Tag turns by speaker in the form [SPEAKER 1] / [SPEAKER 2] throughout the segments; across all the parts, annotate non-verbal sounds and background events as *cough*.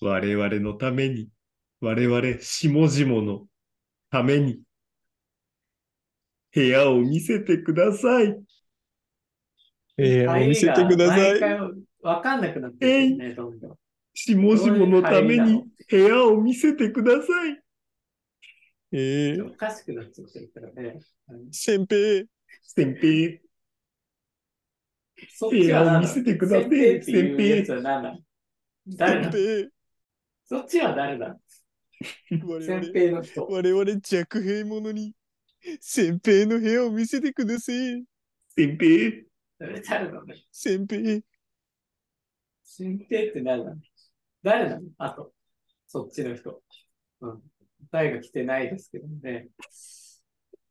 [SPEAKER 1] 我々のために、我々下々のために、部屋を見せてください。
[SPEAKER 2] えー、見せてくださ
[SPEAKER 3] 入りが毎
[SPEAKER 2] い。
[SPEAKER 3] 回わかんなくなってるね、どんどん。
[SPEAKER 1] 下々のため
[SPEAKER 3] どういう入りな
[SPEAKER 1] に
[SPEAKER 3] の、
[SPEAKER 1] 部屋を見せてください。
[SPEAKER 2] えー、
[SPEAKER 3] おかしくなっちゃってるからね。うん
[SPEAKER 2] 先輩、
[SPEAKER 1] 先輩、
[SPEAKER 3] そっ
[SPEAKER 1] 部
[SPEAKER 3] ちは
[SPEAKER 1] 屋を見
[SPEAKER 3] 何なの
[SPEAKER 1] せてください。
[SPEAKER 3] 先輩って
[SPEAKER 1] 先
[SPEAKER 3] いうや
[SPEAKER 1] 輩
[SPEAKER 3] つ、は何なの誰
[SPEAKER 2] 先
[SPEAKER 3] なの
[SPEAKER 2] 輩、
[SPEAKER 3] そっちは誰なの
[SPEAKER 2] 我
[SPEAKER 3] 先
[SPEAKER 2] 々、
[SPEAKER 3] 輩の人。
[SPEAKER 2] 我々弱兵者に、先輩の部屋を見せてください。
[SPEAKER 1] 先輩、
[SPEAKER 3] 誰なの
[SPEAKER 2] 先輩、
[SPEAKER 3] 先輩って何なの誰なのあと、そっちの人。うん。答えが来てないですけどね。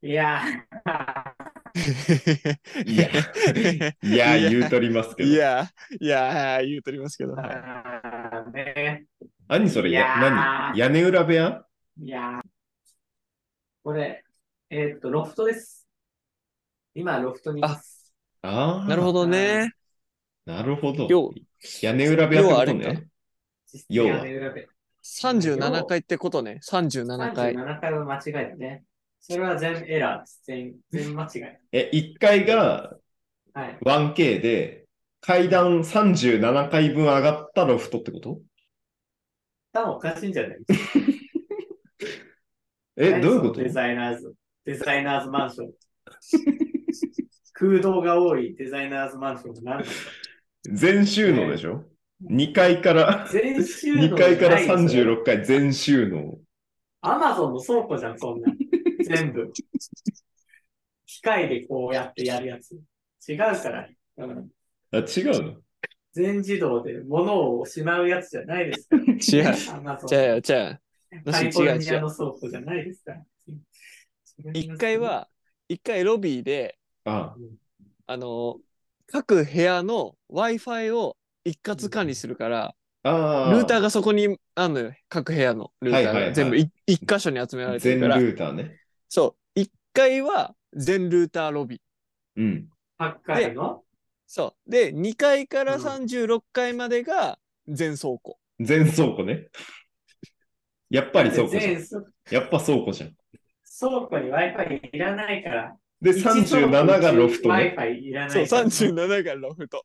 [SPEAKER 3] いや
[SPEAKER 1] いや、いや、言うとりますけ
[SPEAKER 2] い
[SPEAKER 1] ど。
[SPEAKER 2] や、いや、言うとりますけど。
[SPEAKER 3] ー、
[SPEAKER 2] はい
[SPEAKER 3] あーね。
[SPEAKER 1] 何それ
[SPEAKER 3] いや
[SPEAKER 1] や
[SPEAKER 3] ー
[SPEAKER 1] 何屋根裏部屋
[SPEAKER 3] いやーこれ、えーっと、ロフトです。今、ロフトにいます。
[SPEAKER 1] ああ、
[SPEAKER 2] なるほどね。
[SPEAKER 1] なるほど
[SPEAKER 2] 要
[SPEAKER 1] 屋根裏部屋ってこと
[SPEAKER 2] 要はあれ
[SPEAKER 1] ね。
[SPEAKER 3] 実
[SPEAKER 1] 要は
[SPEAKER 3] 屋根裏部
[SPEAKER 2] 37回ってことね。37回。
[SPEAKER 3] 37回は間違えたね。それは全エラーです。全全間違え
[SPEAKER 1] え、1階が
[SPEAKER 3] た。はい。
[SPEAKER 1] 1K で、階段37階分上がったロフトってこと
[SPEAKER 3] 多分おかしいんじゃない
[SPEAKER 1] え、
[SPEAKER 3] 何
[SPEAKER 1] どういうこ
[SPEAKER 3] そ
[SPEAKER 1] と
[SPEAKER 3] のデザイナーズ、デザイナーズマンション。空洞が多いデザイナーズマンションなんだ
[SPEAKER 1] 全収納でしょ ?2 階から、
[SPEAKER 3] 全収納
[SPEAKER 1] 2階から
[SPEAKER 3] じゃないですよ。
[SPEAKER 1] 36階全収納。
[SPEAKER 3] アマゾンの倉庫じゃん、そんなん。全部。機械でこうやってやるやつ。違うから。うん
[SPEAKER 1] あ、違うの
[SPEAKER 3] 全自動で物をしまうやつじゃないですか
[SPEAKER 1] *laughs*
[SPEAKER 3] ら。
[SPEAKER 2] 違う、
[SPEAKER 3] アマゾン。
[SPEAKER 2] 違う、違う。
[SPEAKER 3] カリフォルニアの倉庫じゃないですから。
[SPEAKER 2] 一回、は、一回ロビーで、
[SPEAKER 1] あ
[SPEAKER 2] あの、各部屋の Wi-Fi を一括管理するから、
[SPEAKER 1] あー。
[SPEAKER 2] ルーターがそこにあんのよ。各部屋のルーターが、
[SPEAKER 1] はいはいはい
[SPEAKER 2] 全部い一箇所に集められて
[SPEAKER 1] 全ル
[SPEAKER 2] るから。
[SPEAKER 1] ーターね。
[SPEAKER 2] そう。一回は全ルーターロビー。
[SPEAKER 1] うん。
[SPEAKER 3] 8回の
[SPEAKER 2] そう。で、2階から
[SPEAKER 3] うん
[SPEAKER 2] 36階までが全倉庫。
[SPEAKER 1] 全倉庫ね。やっぱり倉庫じゃん。
[SPEAKER 3] 全倉
[SPEAKER 1] やっぱ倉庫じゃん。
[SPEAKER 3] 庫に Wi-Fi いらないから。
[SPEAKER 1] で、37がロフトね。
[SPEAKER 3] Wi-Fi いらな
[SPEAKER 2] そう、
[SPEAKER 3] いから。
[SPEAKER 2] 37がロフト。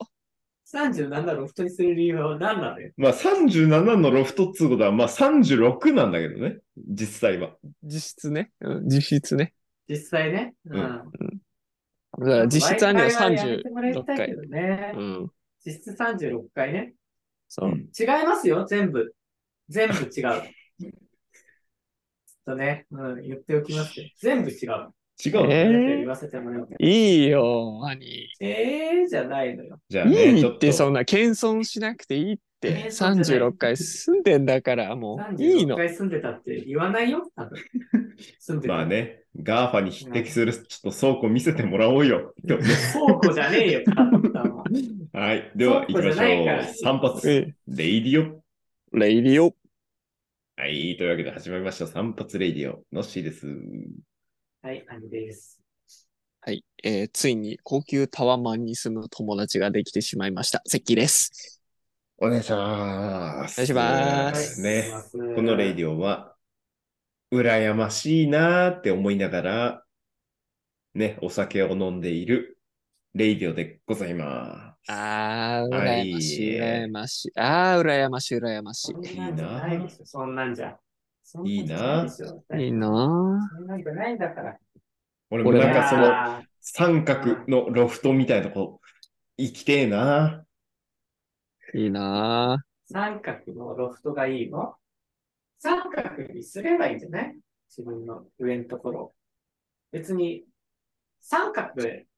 [SPEAKER 3] 37ロフトにする理由は何なのよ。
[SPEAKER 1] まあ37のロフトっつうことは、まあ36なんだけどね。実際は。
[SPEAKER 2] 実質ね。うん、実質ね。
[SPEAKER 3] 実際ね。
[SPEAKER 1] う
[SPEAKER 2] だから実質あんのよ
[SPEAKER 3] Wi-Fi はやめ
[SPEAKER 2] 30
[SPEAKER 3] て。もらいたいけどね
[SPEAKER 2] う。ん。
[SPEAKER 3] 実質36回ね。
[SPEAKER 2] そう。
[SPEAKER 3] 違いますよ、全部。全部違う。ちょっとね、うん、言っておきますけど、全部違う。
[SPEAKER 1] 違うの、
[SPEAKER 2] えー
[SPEAKER 3] 言わせてもらう。
[SPEAKER 2] いいよ、マニ
[SPEAKER 3] えーじゃないのよ。
[SPEAKER 1] じゃあ
[SPEAKER 2] ー。
[SPEAKER 1] ね、
[SPEAKER 2] い
[SPEAKER 1] ち
[SPEAKER 2] い
[SPEAKER 1] ょ
[SPEAKER 2] って、そ
[SPEAKER 1] っ
[SPEAKER 2] んな謙遜しなくていいって。
[SPEAKER 3] 謙遜じゃない
[SPEAKER 2] 36回住んでんだから、もういい
[SPEAKER 3] 36
[SPEAKER 2] の。
[SPEAKER 3] 回住んでたって言わないよ、
[SPEAKER 1] *laughs*
[SPEAKER 3] 多分。住ん
[SPEAKER 1] と。
[SPEAKER 3] でた。
[SPEAKER 1] まあね、ガーファに匹敵する、ちょっと倉庫見せてもらおうよ。
[SPEAKER 3] 倉庫じゃねえよ、多分。多分
[SPEAKER 1] *laughs* はい。では、行きましょう。3
[SPEAKER 2] え
[SPEAKER 1] 発、
[SPEAKER 2] え
[SPEAKER 1] レイディオ。
[SPEAKER 2] レイディオ。
[SPEAKER 1] はい。というわけで始まりました。3発レイディオ。のっしーです。
[SPEAKER 3] はい、兄です。
[SPEAKER 2] はい、えーついに高級タワマンに住む友達ができてしまいました。セッキーです。
[SPEAKER 1] お願いします。
[SPEAKER 2] お願いします
[SPEAKER 1] ね。このレイディオは、羨ましいなーって思いながら、ね、お酒を飲んでいるレイディオでございます。
[SPEAKER 2] あー、
[SPEAKER 1] は
[SPEAKER 2] 羨
[SPEAKER 1] い
[SPEAKER 2] ましい、羨ましい。あー、羨ましい、羨まし
[SPEAKER 3] そん
[SPEAKER 1] い
[SPEAKER 3] なんじゃないでしょ、そんなんじゃ。そんなんじゃなでしょ
[SPEAKER 2] い。いいな
[SPEAKER 3] そんなんじゃないんだから。
[SPEAKER 1] 俺も
[SPEAKER 2] 俺
[SPEAKER 1] なんかその
[SPEAKER 3] いや
[SPEAKER 1] 三角のロフトみたいなとこ行きてえな。
[SPEAKER 2] ーいいな
[SPEAKER 3] ー三角のロフトがいいの三角にすればいいんじゃない自分の上のところ。別に、三角好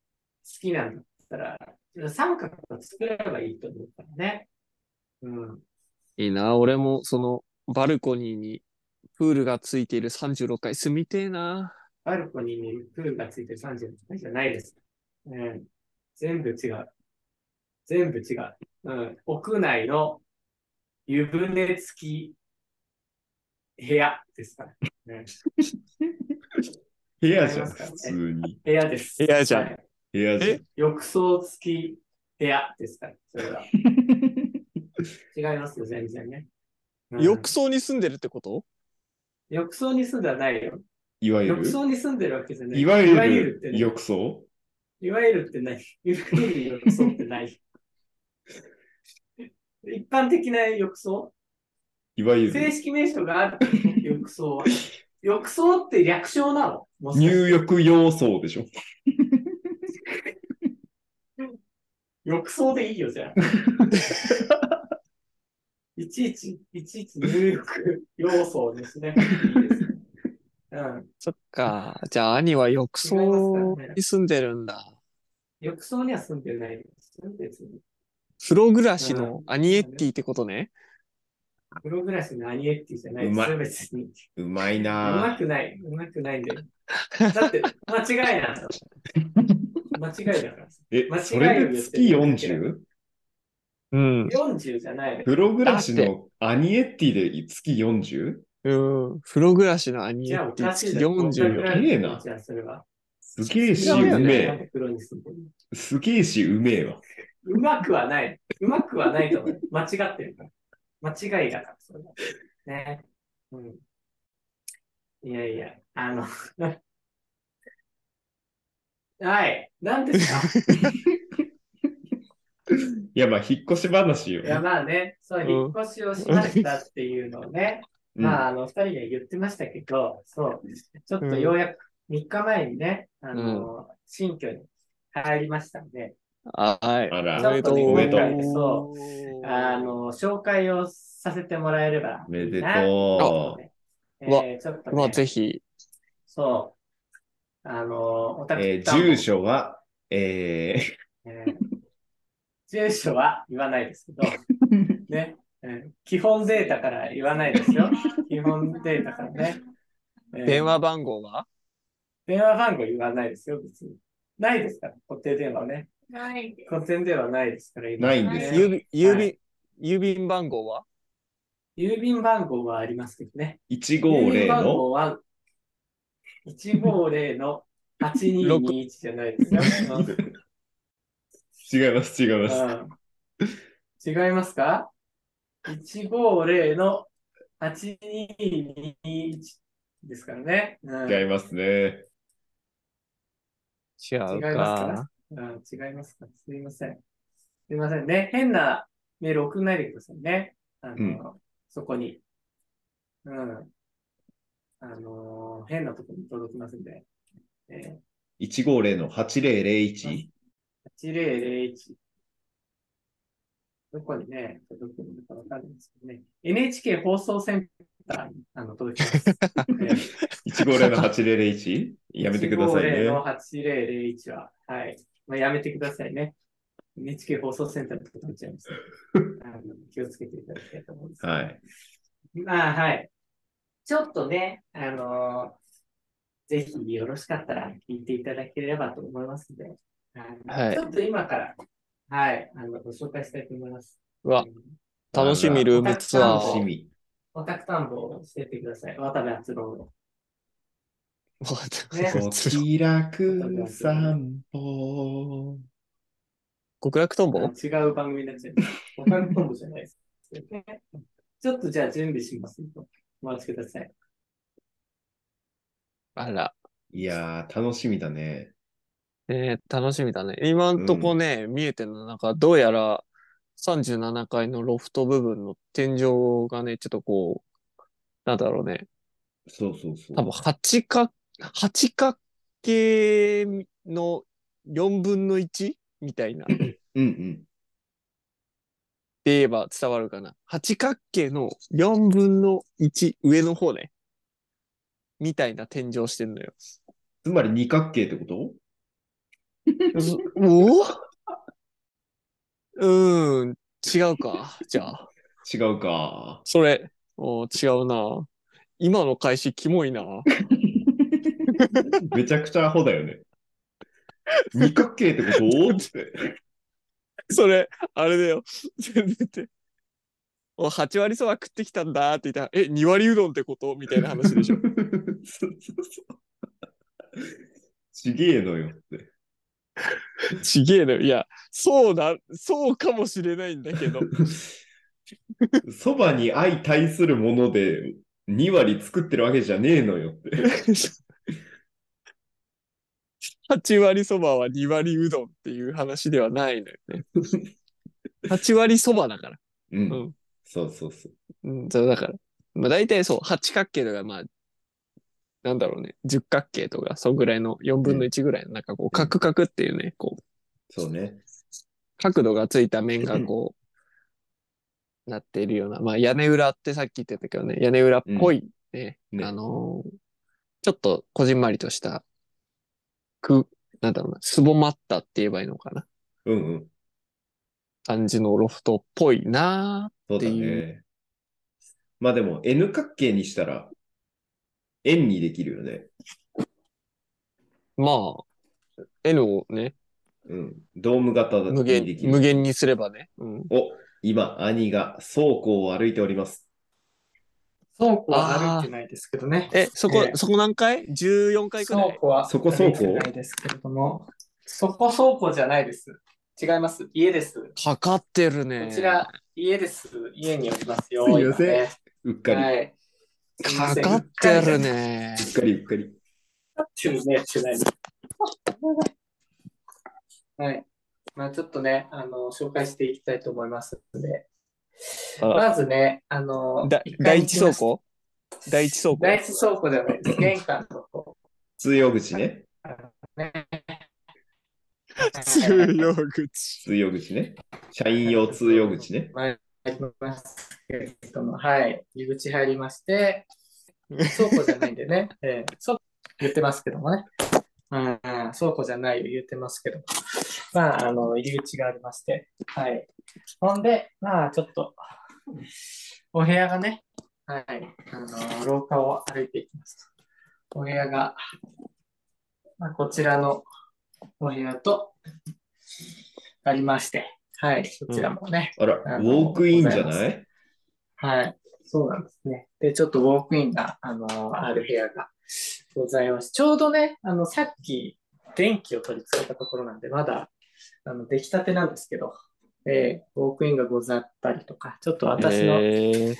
[SPEAKER 3] きなんだったら、三角を作ればいいと思うからね。うん。
[SPEAKER 2] ーいいなー俺もそのバルコニーにプールがついている36階住みてえな
[SPEAKER 3] バルコニーにプールがついてる30分じゃないです。うん。全部違う。全部違う。うん。屋内の湯船付き部屋ですから。うん
[SPEAKER 1] 部屋じゃん、普
[SPEAKER 3] ありますからね
[SPEAKER 1] 通に。
[SPEAKER 3] 部屋です。
[SPEAKER 2] 部屋じゃん
[SPEAKER 3] はい
[SPEAKER 1] 部屋じゃん。
[SPEAKER 3] 浴槽付き部屋ですから。それは。違いますよ、全然ね。うん
[SPEAKER 2] 浴槽に住んでるってこと
[SPEAKER 3] 浴槽に住んではないよ。
[SPEAKER 1] *laughs* いわゆ
[SPEAKER 3] 浴
[SPEAKER 1] る、
[SPEAKER 3] 槽に住んでるわけじゃない。
[SPEAKER 1] いわゆ
[SPEAKER 3] いわゆるっ
[SPEAKER 1] る
[SPEAKER 3] てね
[SPEAKER 1] 浴槽
[SPEAKER 3] いわゆるってない。いわゆる浴槽ってない。 *laughs* 一般的な浴槽
[SPEAKER 1] いわゆ
[SPEAKER 3] 正
[SPEAKER 1] る
[SPEAKER 3] 式名称がある浴槽は。浴槽って略称なのもしかして
[SPEAKER 1] 入浴要素でしょ
[SPEAKER 3] 浴槽でいいよ、じゃあ。いちいち、いちいち入浴要素ですね。いいですねうん。
[SPEAKER 2] そっか。じゃあ兄は浴槽に住んでるんだ。
[SPEAKER 3] 浴槽には住んでないです。別に。
[SPEAKER 2] 風呂暮らしのアニエッティってことね。
[SPEAKER 3] プログラスのアニエッティじゃないです。
[SPEAKER 1] うまい
[SPEAKER 3] それ別に。
[SPEAKER 1] うまいう
[SPEAKER 3] ま
[SPEAKER 1] なぁ
[SPEAKER 3] くない。うまくないんだよ。だって、間違いなんだもん。間違いだから。
[SPEAKER 1] え
[SPEAKER 3] 間違いを言っ、て
[SPEAKER 1] それで月 40?
[SPEAKER 2] うん。
[SPEAKER 3] 40じゃない。
[SPEAKER 1] プログラシのアニエッティで月 40?
[SPEAKER 2] うん。風呂暮らしのアニ
[SPEAKER 3] じ
[SPEAKER 2] エ
[SPEAKER 3] ゃあ、お
[SPEAKER 2] ッテ
[SPEAKER 3] かしい
[SPEAKER 2] ィ
[SPEAKER 3] だろ。
[SPEAKER 2] 40よ。
[SPEAKER 1] 綺麗な
[SPEAKER 3] じゃあ、それは。
[SPEAKER 1] すげえし、
[SPEAKER 2] 違うよ
[SPEAKER 1] うめ
[SPEAKER 2] ね
[SPEAKER 1] え。
[SPEAKER 3] 黒に住んでる
[SPEAKER 1] すげえし、うめえわ。
[SPEAKER 3] うまくはない。うまくはないと思う。間違ってるから。間違いだから、それは。ね。うん。いやいや、あの、はい。なんですか
[SPEAKER 1] いや、まあ、引っ越し話よ
[SPEAKER 3] い。
[SPEAKER 1] *laughs*
[SPEAKER 3] や、まあね、そう、
[SPEAKER 2] うん
[SPEAKER 3] 引っ越しをしましたっていうのをね、
[SPEAKER 1] うん
[SPEAKER 3] まあ、あの、二人が言ってましたけど、そう、ちょっとようやく3日前にね、あの、新居に入りましたんで、
[SPEAKER 2] は
[SPEAKER 1] あ
[SPEAKER 2] い。
[SPEAKER 3] ちょ
[SPEAKER 1] ら、
[SPEAKER 3] っとね
[SPEAKER 1] おめでとう
[SPEAKER 3] 今回そあの、紹介をさせてもらえれば
[SPEAKER 1] おめ
[SPEAKER 3] いい
[SPEAKER 1] で
[SPEAKER 3] な
[SPEAKER 1] とう。
[SPEAKER 3] え
[SPEAKER 2] うわ
[SPEAKER 3] ー、ちょっと、
[SPEAKER 2] まあ、
[SPEAKER 3] ね、
[SPEAKER 2] ぜひ。
[SPEAKER 3] そう。あの、おたく
[SPEAKER 1] えー
[SPEAKER 3] さんも
[SPEAKER 1] 住、所は、えー、
[SPEAKER 3] えー住所は言わないですけど、ね、うん基本データから言わないですよ。基本データからね。えー
[SPEAKER 2] 電話番号は
[SPEAKER 3] 電話番号言わないですよ、別に。ないですから、固定電話ね。
[SPEAKER 4] ないです。
[SPEAKER 3] 固定電話ないですから、今
[SPEAKER 1] ないんです
[SPEAKER 2] 郵
[SPEAKER 1] よ。
[SPEAKER 2] 便、郵
[SPEAKER 3] は
[SPEAKER 2] 便、郵便番号は
[SPEAKER 3] 郵便番号はありますけどね。郵便
[SPEAKER 1] 150
[SPEAKER 3] 番
[SPEAKER 1] の
[SPEAKER 3] 号は、150の8221じゃない
[SPEAKER 1] *laughs*
[SPEAKER 3] ですよ。うん
[SPEAKER 1] 違います、違います。
[SPEAKER 3] うん違いますか ?150 の8221ですからね。うん
[SPEAKER 1] 違いますね。
[SPEAKER 2] 違
[SPEAKER 3] 違いうます
[SPEAKER 2] か。
[SPEAKER 3] うん違いますかすいません。すいませんね。変なメール送んないでくださいね。あの、
[SPEAKER 1] うん
[SPEAKER 3] そこに。うん。あのー変なとこに届きますんで。え
[SPEAKER 1] 150の
[SPEAKER 3] ー
[SPEAKER 1] 8001。、
[SPEAKER 3] 8001。どこにね、届くのかわかんないですけどね。NHK 放送センターにあの届きます。えー
[SPEAKER 1] 150の8001。やめてくださいね
[SPEAKER 3] 150。の8001は、はい。まあ、やめてくださいね。NHK 放送センターとか取っちゃい
[SPEAKER 1] *laughs*
[SPEAKER 3] ます、あの気をつけていただきたいと思います。
[SPEAKER 1] はい。
[SPEAKER 3] まあ、はい。ちょっとね、あのーぜひよろしかったら聞いていただければと思いますので、はい
[SPEAKER 2] はい
[SPEAKER 3] ちょっと今から、はい、あの、ご紹介したいと思います。
[SPEAKER 2] うわ、楽しみ、ルームツア
[SPEAKER 1] 楽
[SPEAKER 2] ー
[SPEAKER 1] し。み。
[SPEAKER 3] オタク探訪をしてってください。渡部篤郎の。ね
[SPEAKER 1] お気楽散歩。
[SPEAKER 2] 極楽とんぼ
[SPEAKER 3] 違う番組になっちゃう。他のコンボじゃないです。ちょっとじゃあ準備します。お待ちください。
[SPEAKER 2] あら。
[SPEAKER 1] いやー、楽しみだね。
[SPEAKER 2] えー、楽しみだね。今んとこね、見えてるの、なんか、どうやら37階のロフト部分の天井がね、ちょっとこう、なんだろうね。
[SPEAKER 1] そうそうそう。
[SPEAKER 2] 多分八角、八角形の4分の1みたいな。で
[SPEAKER 1] うんうん。
[SPEAKER 2] 言えば伝わるかな。八角形の4分の1上の方ね。みたいな天井してんのよ。
[SPEAKER 1] つまり二角形ってこと
[SPEAKER 2] そおぉうーん、違うか。じゃあ、
[SPEAKER 1] 違うか。
[SPEAKER 2] それ、おー違うな。今の開始、キモいな。
[SPEAKER 1] めちゃくちゃアホだよね。二角形
[SPEAKER 2] *laughs*
[SPEAKER 1] ってこと *laughs* って。
[SPEAKER 2] それ、あれだよ。 *laughs* 全然って。お8割そば食ってきたんだって言ったら、え、2割うどんってことみたいな話 *laughs* でしょ。
[SPEAKER 1] そうそうそうちげえのよって。
[SPEAKER 2] *laughs* ちげえのよ。いや、そうだ、そうかもしれないんだけど。
[SPEAKER 1] そばに相対するもので2割作ってるわけじゃねえのよって。
[SPEAKER 2] 8割そばは2割うどんっていう話ではないのよ *laughs* ね。8割そばだから。
[SPEAKER 1] うん。
[SPEAKER 2] うん
[SPEAKER 1] そうそうそう。
[SPEAKER 2] うん、そうだから。まあ大体そう、八角形とか、まあ、なんだろうね、十角形とか、そんぐらいの4分の1ぐらいの、なんかこう、カクカクっていうね、こう、
[SPEAKER 1] そうね。
[SPEAKER 2] 角度がついた面がこう、なっているような、まあ屋根裏ってさっき言ってたけどね、屋根裏っぽいね、
[SPEAKER 1] うんね
[SPEAKER 2] あのーちょっとこじんまりとした、く、なんだろうな、すぼまったって言えばいいのかな、
[SPEAKER 1] うんうん。
[SPEAKER 2] 感じのロフトっぽいな
[SPEAKER 1] そうだ
[SPEAKER 2] って
[SPEAKER 1] ね。まあでも N 角形にしたら円にできるよね。
[SPEAKER 2] ーまあ、N をね、
[SPEAKER 1] うん。ドーム型に
[SPEAKER 2] 無限
[SPEAKER 1] でき、る。
[SPEAKER 2] 無限にすればね、うん。
[SPEAKER 1] お、今、兄が倉庫を歩いております。
[SPEAKER 3] 倉庫は歩いてないですけどね。
[SPEAKER 2] え、そこ
[SPEAKER 3] え、え
[SPEAKER 2] そこ何回 ?14 回くら
[SPEAKER 3] 倉
[SPEAKER 2] い
[SPEAKER 3] 庫は
[SPEAKER 1] そこ倉庫
[SPEAKER 3] 歩いてないですけれども、そこ倉庫じゃないです。違います。家です。こ
[SPEAKER 2] かかってるね。
[SPEAKER 3] ちら、家です。家におりますよ。
[SPEAKER 1] すいません
[SPEAKER 3] 今ね
[SPEAKER 1] うっかり、
[SPEAKER 3] はい。すいま
[SPEAKER 2] か
[SPEAKER 3] せん
[SPEAKER 2] かってる。ね。
[SPEAKER 1] うっかり、うっかり。
[SPEAKER 3] かかってるね、してないねはい。まあちょっとね、あの、紹介していきたいと思いますので。
[SPEAKER 2] あ
[SPEAKER 3] まずね、あの、
[SPEAKER 2] だ第一倉庫第一倉庫
[SPEAKER 3] 第一倉庫ではないです。玄関の
[SPEAKER 2] *laughs*
[SPEAKER 3] 方。
[SPEAKER 1] 通用口ね。
[SPEAKER 3] ね、
[SPEAKER 2] 通用口。
[SPEAKER 1] 通用口ね。社員用通用口ね。
[SPEAKER 3] まあ、入りますけれども、はい、入り口入りまして、倉庫じゃないんでね、えー、そう言ってますけどもね、うんうん、倉庫じゃないよ言ってますけども、まあ、あの、入り口がありまして、はい。ほんで、まあ、ちょっと、お部屋がね、はい、あの、廊下を歩いていきますと。お部屋が、まあ、こちらのお部屋と、ありまして、はい、こちらもね、
[SPEAKER 1] あら、
[SPEAKER 3] あ
[SPEAKER 1] ウ
[SPEAKER 3] の
[SPEAKER 1] ォークインじゃ
[SPEAKER 3] ご
[SPEAKER 1] な
[SPEAKER 3] ざ
[SPEAKER 1] い
[SPEAKER 3] はい。そうなんですね。で、ちょっとウォークインが、あのーある部屋がございます。ちょうどね、あの、さっき、電気を取り付けたところなんで、まだ、あの、出来たてなんですけど、えーウォークインがござったりとか、ちょっと私の、
[SPEAKER 2] えー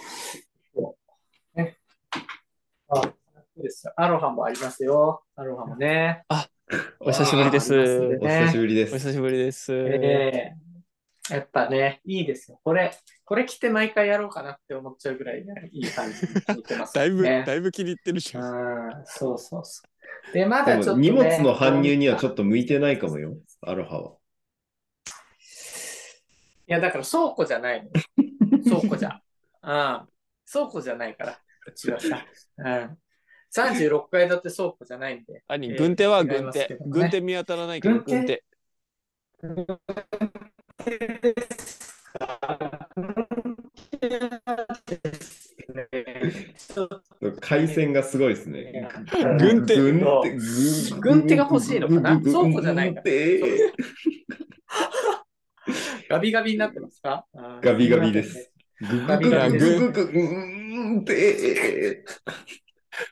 [SPEAKER 3] あそうですよアロハもありますよ。アロハもね。
[SPEAKER 2] お久しぶりです
[SPEAKER 3] あありますね
[SPEAKER 1] お久しぶりで
[SPEAKER 2] お
[SPEAKER 1] す。
[SPEAKER 2] 久しぶりです。
[SPEAKER 3] えーやっぱね、いいですよ。これ、これ着て毎回やろうかなって思っちゃうぐらい、ね、いい感じに似てます、ね。
[SPEAKER 2] *laughs* だいぶ、だいぶ気に入ってるじゃ
[SPEAKER 3] う
[SPEAKER 2] ん。
[SPEAKER 3] んそうそうそう。で、ま
[SPEAKER 1] で
[SPEAKER 3] だちょ
[SPEAKER 1] も
[SPEAKER 3] っと、ね、
[SPEAKER 1] 荷物の搬入にはち
[SPEAKER 3] っと。
[SPEAKER 1] ょっと向いてないかもよ、アロハは。
[SPEAKER 3] いや、だから倉庫じゃな
[SPEAKER 1] *laughs*
[SPEAKER 3] いの。倉庫じゃ。うん。倉庫じゃないから、うちはさ。うん。36階建て倉庫じゃないんで。
[SPEAKER 2] 兄、
[SPEAKER 3] えー
[SPEAKER 2] 軍手は
[SPEAKER 3] 違い
[SPEAKER 2] 軍
[SPEAKER 3] ます
[SPEAKER 2] 手
[SPEAKER 3] け。どね
[SPEAKER 2] 軍手見当たらないけど、
[SPEAKER 3] 軍手
[SPEAKER 2] 軍手。
[SPEAKER 1] 回線がすごいですね。
[SPEAKER 2] 軍手
[SPEAKER 1] 軍手、
[SPEAKER 3] 軍手が欲しいのかな
[SPEAKER 1] 軍手
[SPEAKER 3] 倉庫じゃないから
[SPEAKER 1] 軍手
[SPEAKER 3] ガビガビになってますかうん
[SPEAKER 1] ガビガビです。
[SPEAKER 3] ガビガビです
[SPEAKER 1] 軍手軍手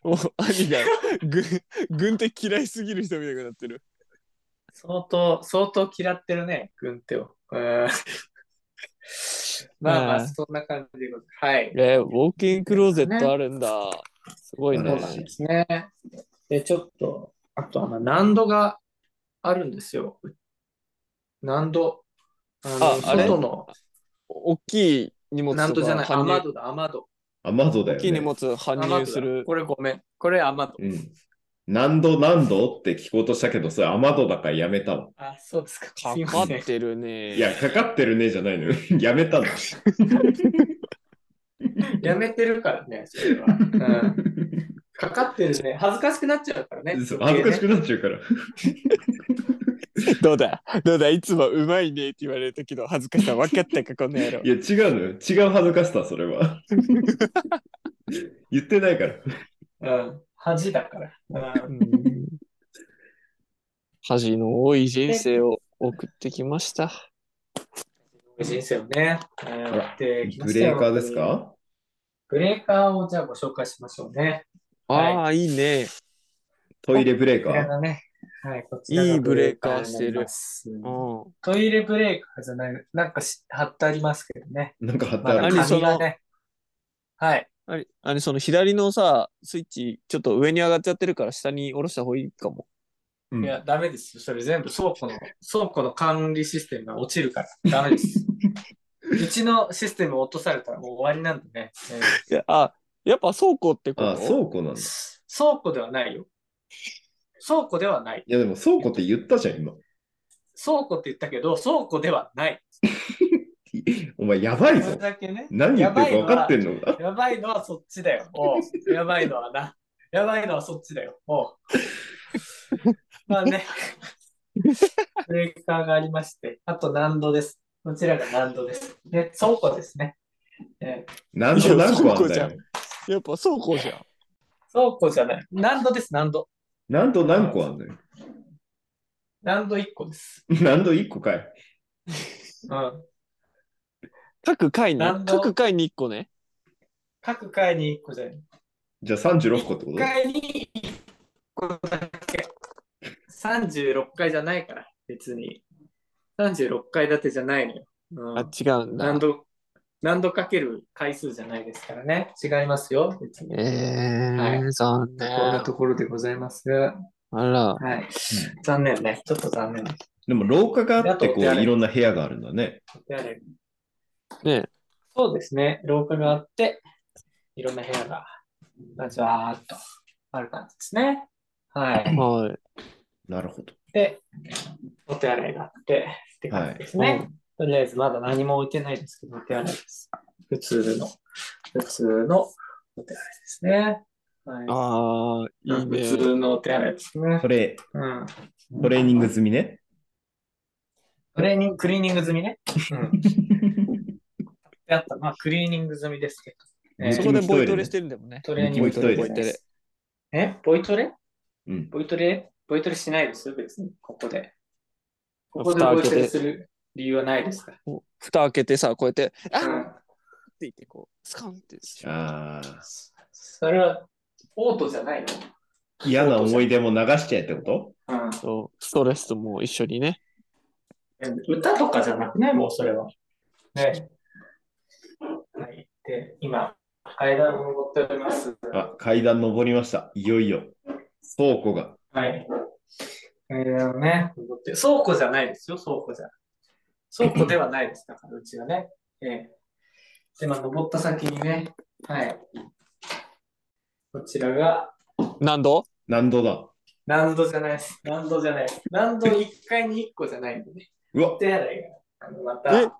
[SPEAKER 2] もう、兄が、軍、軍手嫌いすぎる人みたいになってる。
[SPEAKER 3] 相当、相当嫌ってるね、軍手を。うん *laughs* まあま
[SPEAKER 2] あー
[SPEAKER 3] あ、そんな感じでございます。はい。
[SPEAKER 2] えー、ウォークインクローゼットあるんだ。すごい
[SPEAKER 1] そ
[SPEAKER 2] ね
[SPEAKER 1] う。
[SPEAKER 3] そうなんですね。で、ちょっと、あとはまあ難度があるんですよ。難度。あの
[SPEAKER 2] ああれ
[SPEAKER 3] 外の
[SPEAKER 2] 大きい荷物
[SPEAKER 3] 難
[SPEAKER 2] と
[SPEAKER 3] 度じゃ
[SPEAKER 2] か
[SPEAKER 3] ない、
[SPEAKER 2] 搬
[SPEAKER 3] 雨
[SPEAKER 2] 入
[SPEAKER 3] 戸だ、雨戸。
[SPEAKER 1] 雨戸だ
[SPEAKER 2] 大
[SPEAKER 1] よ
[SPEAKER 2] きい荷
[SPEAKER 1] ね。
[SPEAKER 2] 物搬
[SPEAKER 3] 雨
[SPEAKER 2] 入
[SPEAKER 3] 戸
[SPEAKER 2] す
[SPEAKER 3] だ
[SPEAKER 2] る。
[SPEAKER 3] これごめん。これ雨戸。
[SPEAKER 1] うん。何度何度って聞こうとしたけど、それ雨戸だからやめたわ。
[SPEAKER 3] あ、そうですか。
[SPEAKER 2] か
[SPEAKER 3] すい
[SPEAKER 2] か
[SPEAKER 3] ま
[SPEAKER 2] っ
[SPEAKER 3] せん。
[SPEAKER 2] てるね。
[SPEAKER 1] いや、かかってるねじゃないのよ。 *laughs* やめたの。
[SPEAKER 3] やめてるからね、それは。うん、かかってるね。恥ずかしくなっちゃうからね。
[SPEAKER 1] そう恥ずかしく
[SPEAKER 3] ね
[SPEAKER 1] なっちゃうから。
[SPEAKER 2] どうだどうだいつもうまいねって言われる時の恥ずかしさ分かったか、この野郎
[SPEAKER 1] い。や、違うのよ。違う恥ずかしさ、それ
[SPEAKER 2] *laughs*
[SPEAKER 1] は。言ってないから。
[SPEAKER 3] うん、恥だから。うん
[SPEAKER 2] うん恥の多い人生を送ってきました。
[SPEAKER 3] 人生をね、うん
[SPEAKER 1] ら
[SPEAKER 3] やってきま
[SPEAKER 1] ブ
[SPEAKER 3] したよ
[SPEAKER 1] レーカーですか
[SPEAKER 3] ブレーカーをじゃあご紹介しましょうね。
[SPEAKER 2] ああ、いいね。
[SPEAKER 1] トイレブレー
[SPEAKER 3] こ
[SPEAKER 1] カ
[SPEAKER 3] ちら
[SPEAKER 1] ー。
[SPEAKER 3] がね、はい、こちらが
[SPEAKER 2] いいブレーカーしてる
[SPEAKER 3] ブレーカーになります
[SPEAKER 2] うん。
[SPEAKER 3] トイレブレーカーじゃない、なんかし貼ってありますけどね。
[SPEAKER 1] なんか貼って
[SPEAKER 3] ま
[SPEAKER 1] あ
[SPEAKER 3] だ
[SPEAKER 1] る。
[SPEAKER 2] 何そ
[SPEAKER 3] 紙が
[SPEAKER 2] の
[SPEAKER 3] ね。はい。
[SPEAKER 2] あれ、あれ、その左のさ、スイッチ、ちょっと上に上がっちゃってるから下に下ろした方がいいかも。
[SPEAKER 1] うん
[SPEAKER 3] いや、ダメですよ。それ全部倉庫の、倉庫の管理システムが落ちるから。ダメ
[SPEAKER 2] *laughs*
[SPEAKER 3] です。うちのシステム落とされたらもう終わりなんでね。えー
[SPEAKER 2] いや、あ、やっぱ倉庫ってこ
[SPEAKER 1] あ、
[SPEAKER 2] と
[SPEAKER 1] 倉庫なんだ。い
[SPEAKER 3] 倉庫ではないよ。倉庫ではない。
[SPEAKER 1] や、でも倉庫って言ったじゃん、今。
[SPEAKER 3] 倉庫って言ったけど、倉庫ではない。
[SPEAKER 1] お前、やばい
[SPEAKER 3] それ
[SPEAKER 1] ぞ。
[SPEAKER 3] だけね。
[SPEAKER 1] 何言ってるか分かって
[SPEAKER 3] る。
[SPEAKER 1] んのか
[SPEAKER 3] やばいのはそっちだよ。おうやばいのはな。やばいのはそっちだよ。おうまあね。ブレーカーがありまして、あと難度です。こちらが難度です。で、倉庫ですね。えー
[SPEAKER 1] 何と何個あんだよ
[SPEAKER 2] い。やっぱ倉庫じゃん。
[SPEAKER 3] 倉庫じゃない。難度です、難度。
[SPEAKER 1] 何と何個あんだよ。
[SPEAKER 3] 難度1個です。
[SPEAKER 1] 何度1個かい。
[SPEAKER 3] うん。
[SPEAKER 2] 各階に、
[SPEAKER 3] 何の
[SPEAKER 2] 各階に1個ね。
[SPEAKER 3] 各階に1個じゃない。
[SPEAKER 1] じゃあ36個ってこ
[SPEAKER 3] 1
[SPEAKER 1] と
[SPEAKER 3] 階に1個だけ。36階じゃないから、別に。36階建てじゃないのよ。うん
[SPEAKER 2] あ、違うんだ。
[SPEAKER 3] 何度、何度かける回数じゃないですからね。違いますよ。別に。
[SPEAKER 2] えー、
[SPEAKER 3] はい
[SPEAKER 2] 残念。
[SPEAKER 3] こんなところでございます。は
[SPEAKER 2] あら、
[SPEAKER 3] い。残念ね。ちょっと残念。
[SPEAKER 1] でも廊下があって、こう、
[SPEAKER 3] あと
[SPEAKER 1] いろんな部屋があるんだね。
[SPEAKER 3] 誰
[SPEAKER 2] ね
[SPEAKER 3] そうですね。廊下があって、いろんな部屋が、まずわーっとある感じですね。はい。
[SPEAKER 2] は
[SPEAKER 1] なるほど。
[SPEAKER 3] で、お手洗いがあって、って感じですね。
[SPEAKER 2] はい
[SPEAKER 3] とりあえずまだ何も置いてないですけど、お手洗いです。普通の、普通のお手洗いですね。はい
[SPEAKER 2] い。。ああ、いいね。
[SPEAKER 3] 普通のお手洗いですね。
[SPEAKER 1] それ、
[SPEAKER 3] うん。
[SPEAKER 1] トレーニング済みね。
[SPEAKER 3] トレーニング、クリーニング済みね。うん。
[SPEAKER 1] *laughs*
[SPEAKER 3] であった、まあ、クリーニング済みですけど。えー
[SPEAKER 2] そこでボイトレしてるんだもんね。
[SPEAKER 3] トレーニング
[SPEAKER 1] ボイトレ
[SPEAKER 3] ボイトレ。え、ボイトレ
[SPEAKER 1] うん。
[SPEAKER 3] ボイトレボイトレしないですよ、別に、ここで。ここで
[SPEAKER 2] 蓋
[SPEAKER 3] ボイ
[SPEAKER 2] 開け
[SPEAKER 3] トレ
[SPEAKER 2] て
[SPEAKER 3] す、る理由はないですから。
[SPEAKER 2] こう蓋開けてさ、こうやって、あっって
[SPEAKER 3] うん
[SPEAKER 2] 言って、こう、スカンってしちゃう。
[SPEAKER 1] ああ。
[SPEAKER 3] それは、オートじゃないの
[SPEAKER 1] 嫌な思い出も流しちゃえってこと
[SPEAKER 3] うん
[SPEAKER 2] そうストレスとも一緒にね。
[SPEAKER 3] 歌とかじゃなくないもうそれは。ね。はい。で、今、階段を登っております。
[SPEAKER 1] あ、階段登りました。いよいよ。倉庫が。
[SPEAKER 3] はい。階段をね、登って、倉庫じゃないですよ、倉庫じゃ。倉庫ではないです、だからうちはね。ええ。で、まあ、登った先にね、はい。こちらが、
[SPEAKER 2] 何度
[SPEAKER 1] 何度だ
[SPEAKER 3] 難度じゃないです。難度じゃないです。難度1階に1個じゃないんでね。
[SPEAKER 1] うわ
[SPEAKER 3] お、手洗いが、あのま
[SPEAKER 2] え
[SPEAKER 3] た、
[SPEAKER 1] うわ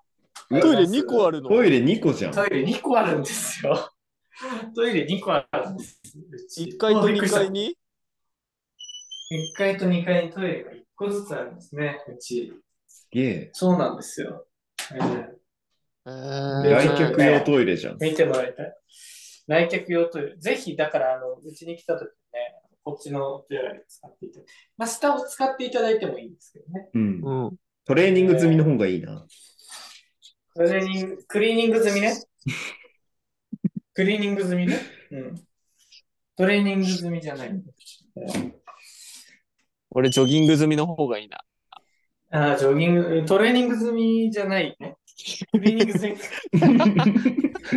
[SPEAKER 2] トイレ2個あるの
[SPEAKER 1] トイレ2個じゃん。
[SPEAKER 3] トイレ2個あるんですよ。 *laughs* トイレ2個あるんです。うち
[SPEAKER 2] ?1 階と2階。に
[SPEAKER 3] 1階と2階にトイレが1個ずつあるんですね、うち。
[SPEAKER 1] ゲえ。
[SPEAKER 3] そうなんですよ。うん
[SPEAKER 2] え
[SPEAKER 3] で
[SPEAKER 1] 来
[SPEAKER 2] ー
[SPEAKER 1] 客用トイレじゃん。
[SPEAKER 3] 見てもらいたい。来客用トイレ。ぜひ、だから、あの、うちに来た時にね、こっちのトイレ使っていただいて。まあ、下を使っていただいてもいいんですけどね。
[SPEAKER 1] うん。
[SPEAKER 2] うん。
[SPEAKER 1] トレーニング済みの方がいいな。
[SPEAKER 3] それに、クリーニング済み *laughs* ね。クリーニング済みね。うん。トレーニング済みじゃない。
[SPEAKER 2] 俺、ジョギング済みの方がいいな。
[SPEAKER 3] ああ、ジョギング、トレーニング済みじゃないね。クリーニング済 *laughs* み。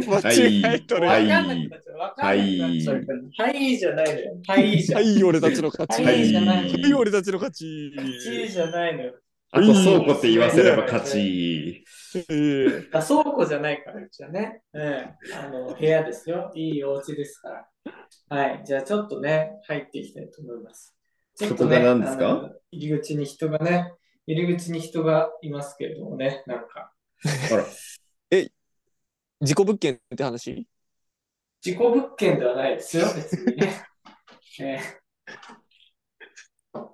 [SPEAKER 2] 間違えとる。
[SPEAKER 1] は
[SPEAKER 2] はいい、
[SPEAKER 3] わかんなくなっちゃう。わかんなくなっちゃうから。はい、じゃないのよ。はい、じゃ。
[SPEAKER 2] 俺たちの勝ち。
[SPEAKER 3] は
[SPEAKER 2] はいい、
[SPEAKER 3] じゃない
[SPEAKER 1] は
[SPEAKER 2] 俺たちの勝ち。
[SPEAKER 3] 1位じゃないのよ。
[SPEAKER 1] あと倉庫って言わせれば勝ち。
[SPEAKER 2] え
[SPEAKER 3] あ倉庫じゃないから、うちはね。うん。あの、部屋ですよ。いいお家ですから。はい。じゃあ、ちょっとね、入っていきたいと思います。ちょっとね、
[SPEAKER 1] そこが何ですか
[SPEAKER 3] あの入り口に人がね、入り口に人がいますけれどもね、なんか。
[SPEAKER 1] あら、
[SPEAKER 2] ー、事故物件って話
[SPEAKER 3] 事故物件ではないですよ、別にね。 *laughs* えー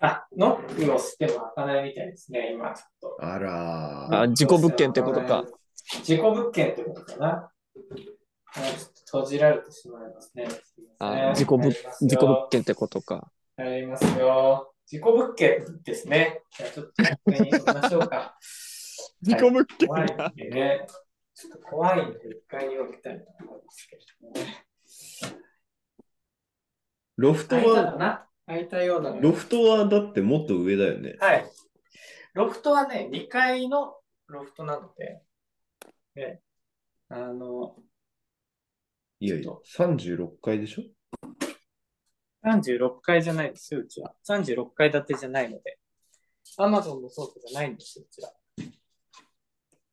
[SPEAKER 3] あ、ノックをしても開かないみたいですね、今ちょっと。
[SPEAKER 1] あらー
[SPEAKER 2] あ事故物件ってことか。
[SPEAKER 3] 事故物件ってことかな。はいちょっと閉じられてしまいますね。
[SPEAKER 2] あ事故物事故物件ってことか。
[SPEAKER 3] ありますよ。事故物件ですね。じゃあちょっと一回に行きましょう
[SPEAKER 2] *laughs*
[SPEAKER 3] か。
[SPEAKER 2] 事故物件
[SPEAKER 3] 怖いんでね。ちょっと怖いんで、一回に置きたいと思いますけれどもね。
[SPEAKER 1] ロフト
[SPEAKER 3] 階段
[SPEAKER 1] は
[SPEAKER 3] だな。空いたようなの
[SPEAKER 1] ロフトはだってもっと上だよね。
[SPEAKER 3] はい。ロフトはね、2階のロフトなので、で、あの、
[SPEAKER 1] いやいや、36階でしょ
[SPEAKER 3] 36階じゃないです、うちは。36階建てじゃないので、アマゾンの倉庫じゃないんです、うちは。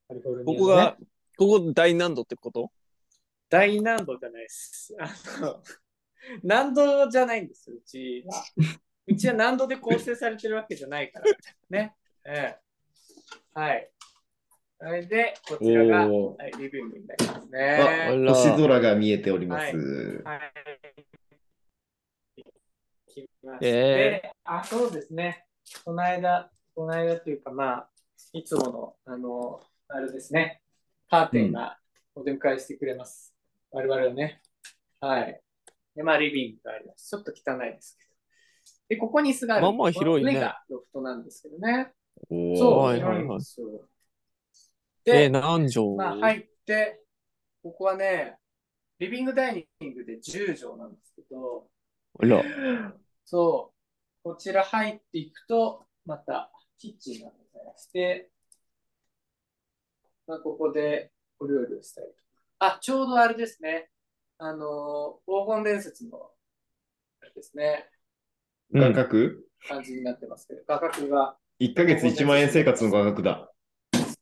[SPEAKER 3] カリフォルニアの
[SPEAKER 2] こ
[SPEAKER 3] ね
[SPEAKER 2] こが、ここ大難度ってこと
[SPEAKER 3] 大難度じゃないです。あの、 *laughs* 難度じゃないんです、うちは。うちは難度で構成されてるわけじゃないから。ね。ええ。はい。それで、こちらが、
[SPEAKER 1] おー
[SPEAKER 3] はい、リビングになります
[SPEAKER 1] あ
[SPEAKER 3] ね。
[SPEAKER 2] ら
[SPEAKER 1] 星空が見えております。
[SPEAKER 3] はい。行きまして、
[SPEAKER 2] え
[SPEAKER 3] あ、そうですね。この間、この間というか、まあ、いつもの、あの、あれですね、カーテンがお出迎えしてくれます。我々をね。はい。で、まあ、リビングがあります。ちょっと汚いですけど。で、ここに椅子がある。
[SPEAKER 2] まあまあ広いね
[SPEAKER 3] この上がロフトなんですけどね。
[SPEAKER 1] おー
[SPEAKER 3] そう、
[SPEAKER 2] はいはいはい
[SPEAKER 3] 広んですよ
[SPEAKER 2] え
[SPEAKER 3] で、
[SPEAKER 2] 何畳、
[SPEAKER 3] まあ、入って、ここはね、リビングダイニングで10畳なんですけど、
[SPEAKER 2] あら、
[SPEAKER 3] そう、こちら入っていくと、またキッチンがございまして、まあ、ここでお料理をしたりとか。あ、ちょうどあれですね。あのー黄金伝説の、あれですね、
[SPEAKER 2] う
[SPEAKER 1] 画
[SPEAKER 2] ん、
[SPEAKER 1] 角、
[SPEAKER 3] 感じになってますけど、画角が、
[SPEAKER 1] ?1 ヶ月1万円生活の画角だ。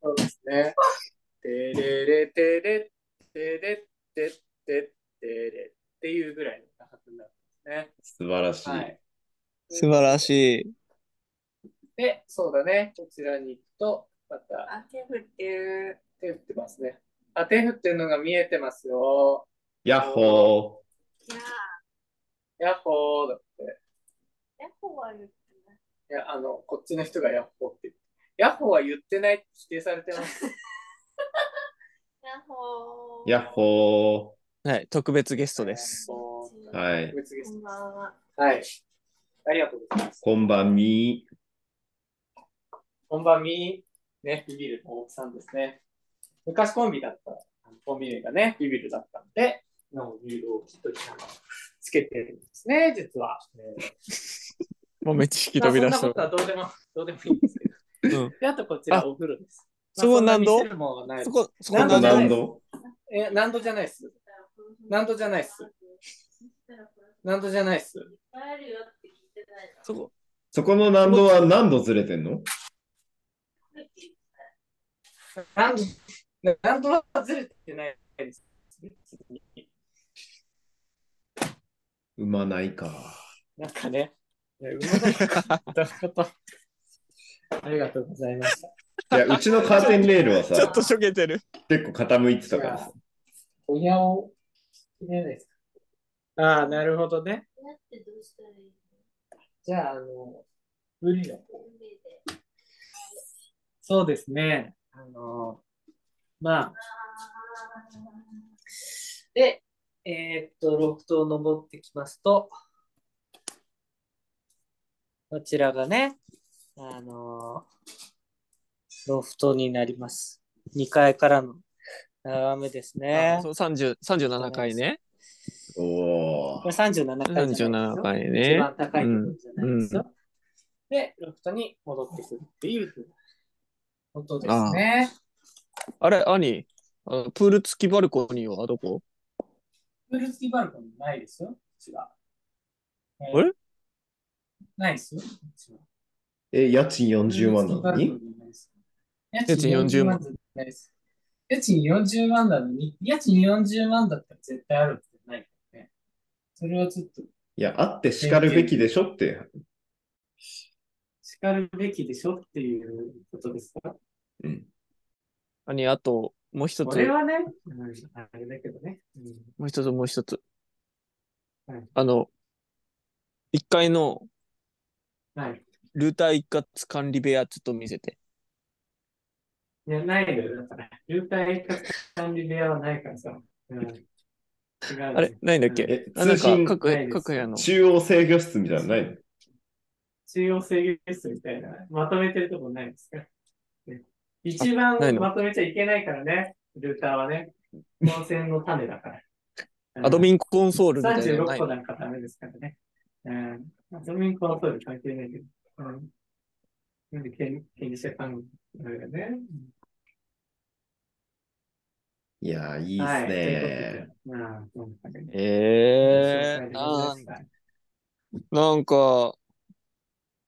[SPEAKER 3] そうですね。てれれてれ、てれてて、てれっていうぐらいの画角になってますね。
[SPEAKER 1] 素晴らしい。
[SPEAKER 3] はい。
[SPEAKER 2] 素晴らしい。
[SPEAKER 3] で、そうだね。こちらに行くと、また、
[SPEAKER 4] あ、手振ってる。
[SPEAKER 3] 手振ってますね。あ、手振ってるのが見えてますよ。
[SPEAKER 1] ヤッホ
[SPEAKER 4] いやー、
[SPEAKER 3] ヤッホーだって。
[SPEAKER 4] 猫は言ってない。
[SPEAKER 3] いや、あの、こっちの人がヤッホーって言って。ヤッホーは言ってないって否定されてます。
[SPEAKER 4] ヤッホ
[SPEAKER 1] ー。
[SPEAKER 4] ー。
[SPEAKER 1] ヤッホ
[SPEAKER 2] はい、特別ゲストです。
[SPEAKER 3] こ
[SPEAKER 1] ー。は
[SPEAKER 3] う
[SPEAKER 1] い。
[SPEAKER 3] 別ゲ
[SPEAKER 4] こ
[SPEAKER 3] ス
[SPEAKER 4] んばんは。
[SPEAKER 3] トはい。ありがとうございます。
[SPEAKER 1] こんばんみ。
[SPEAKER 3] こんばんみ。ね、ビビるの大木さんですね。昔コンビだった、あのコンビ名がね、ビビるだったんで、今もビビるをきっとつけてるんですね、実は。
[SPEAKER 2] もうめっちゃ引き
[SPEAKER 3] まあ
[SPEAKER 2] 飛び出し
[SPEAKER 3] そ
[SPEAKER 2] た
[SPEAKER 3] んなこ。とはどうでも、どうでもいいんですけど。
[SPEAKER 2] うん
[SPEAKER 3] で、あとこちらお風呂です。
[SPEAKER 2] そこ何
[SPEAKER 3] ま
[SPEAKER 2] 度
[SPEAKER 3] あそんな見せるものはない
[SPEAKER 2] そこ、そこ
[SPEAKER 3] な
[SPEAKER 1] 今度
[SPEAKER 3] ん度
[SPEAKER 2] 何
[SPEAKER 3] だ
[SPEAKER 2] 度
[SPEAKER 1] 何度
[SPEAKER 3] え、何度じゃないっす。何度じゃないっす。何度じゃないっす。
[SPEAKER 4] あるよって聞いてない
[SPEAKER 2] そこ、
[SPEAKER 1] そこの何度は何度ずれてんの
[SPEAKER 4] の。
[SPEAKER 3] 何度、何度はずれてないです。
[SPEAKER 1] 生まないか。
[SPEAKER 3] なんかね。いやうまいこと
[SPEAKER 2] *laughs*
[SPEAKER 3] ありがとうございました。
[SPEAKER 1] いや、うちのカーテンレールは
[SPEAKER 2] ちょっ
[SPEAKER 1] さ、
[SPEAKER 2] としょげてる。
[SPEAKER 1] 結構傾いてたからさ。
[SPEAKER 3] 親を決めないですかああ、なるほどね。
[SPEAKER 4] だってどうしたらいい
[SPEAKER 3] じゃあ、あの、無理の。
[SPEAKER 4] の運命で。
[SPEAKER 3] そうですね。あの、まあ、で、えーっと、ロフトを登ってきますと、こちらがね、あのーロフトになります。2階からの眺めですね
[SPEAKER 2] あ。そう30 37回ね。
[SPEAKER 1] お
[SPEAKER 3] こ
[SPEAKER 1] ー
[SPEAKER 3] れ37階じゃないです
[SPEAKER 2] 37
[SPEAKER 3] よ。
[SPEAKER 2] 回
[SPEAKER 3] 一
[SPEAKER 2] ね。
[SPEAKER 3] 番高いところじゃないですよ。で、ロフトに戻ってくるっていうことですね。
[SPEAKER 2] あれ、兄、あのプール付きバルコニーはどこ
[SPEAKER 3] プール付きバルコニーないですよ、こちら。え
[SPEAKER 2] あれ
[SPEAKER 3] ないですよ、こちら。
[SPEAKER 1] え、家賃40万なのに
[SPEAKER 3] 家賃40万じゃないです。家賃40万なのに、家賃40万だったら絶対あるんじゃないからね。それはちょっと、
[SPEAKER 1] いや、あって叱るべきでしょって。
[SPEAKER 3] 叱るべきでしょっていうことですか
[SPEAKER 1] うん。
[SPEAKER 2] 兄、あと、もう一
[SPEAKER 3] こ
[SPEAKER 2] つ、
[SPEAKER 3] れはね、うんあれだけどね。うん
[SPEAKER 2] もう一つ、もう一つ
[SPEAKER 3] はい。
[SPEAKER 2] あの、1階の
[SPEAKER 3] はい。
[SPEAKER 2] ルーター一括管理部屋ちょっと見せて。
[SPEAKER 3] いや、ないのよ。だから、流体管理部屋はないからさ。うん。違うんですよ
[SPEAKER 2] あれないんだっけ、
[SPEAKER 1] え、
[SPEAKER 2] あ、なん
[SPEAKER 1] 通信
[SPEAKER 2] か各
[SPEAKER 3] ないです
[SPEAKER 2] 各部屋の。
[SPEAKER 1] 中央制御室みたいなのないの
[SPEAKER 3] 中央制御室みたいな、まとめてるとこないですか、ね一番
[SPEAKER 2] ないの
[SPEAKER 3] まとめちゃいけないからね、ルーターはね。温泉の種だから。
[SPEAKER 2] アドミンコンソールみたいなのな
[SPEAKER 3] 36
[SPEAKER 2] い
[SPEAKER 3] 個
[SPEAKER 2] の
[SPEAKER 3] なんかダメですからね。うん、まあその辺はそうで関係ないけど。うん。なんで権、権利者関係だよね。
[SPEAKER 1] いやー、い
[SPEAKER 3] い
[SPEAKER 1] い
[SPEAKER 3] は
[SPEAKER 1] で
[SPEAKER 3] い、ということで。まあ、
[SPEAKER 2] ええ
[SPEAKER 3] え
[SPEAKER 2] ななんか、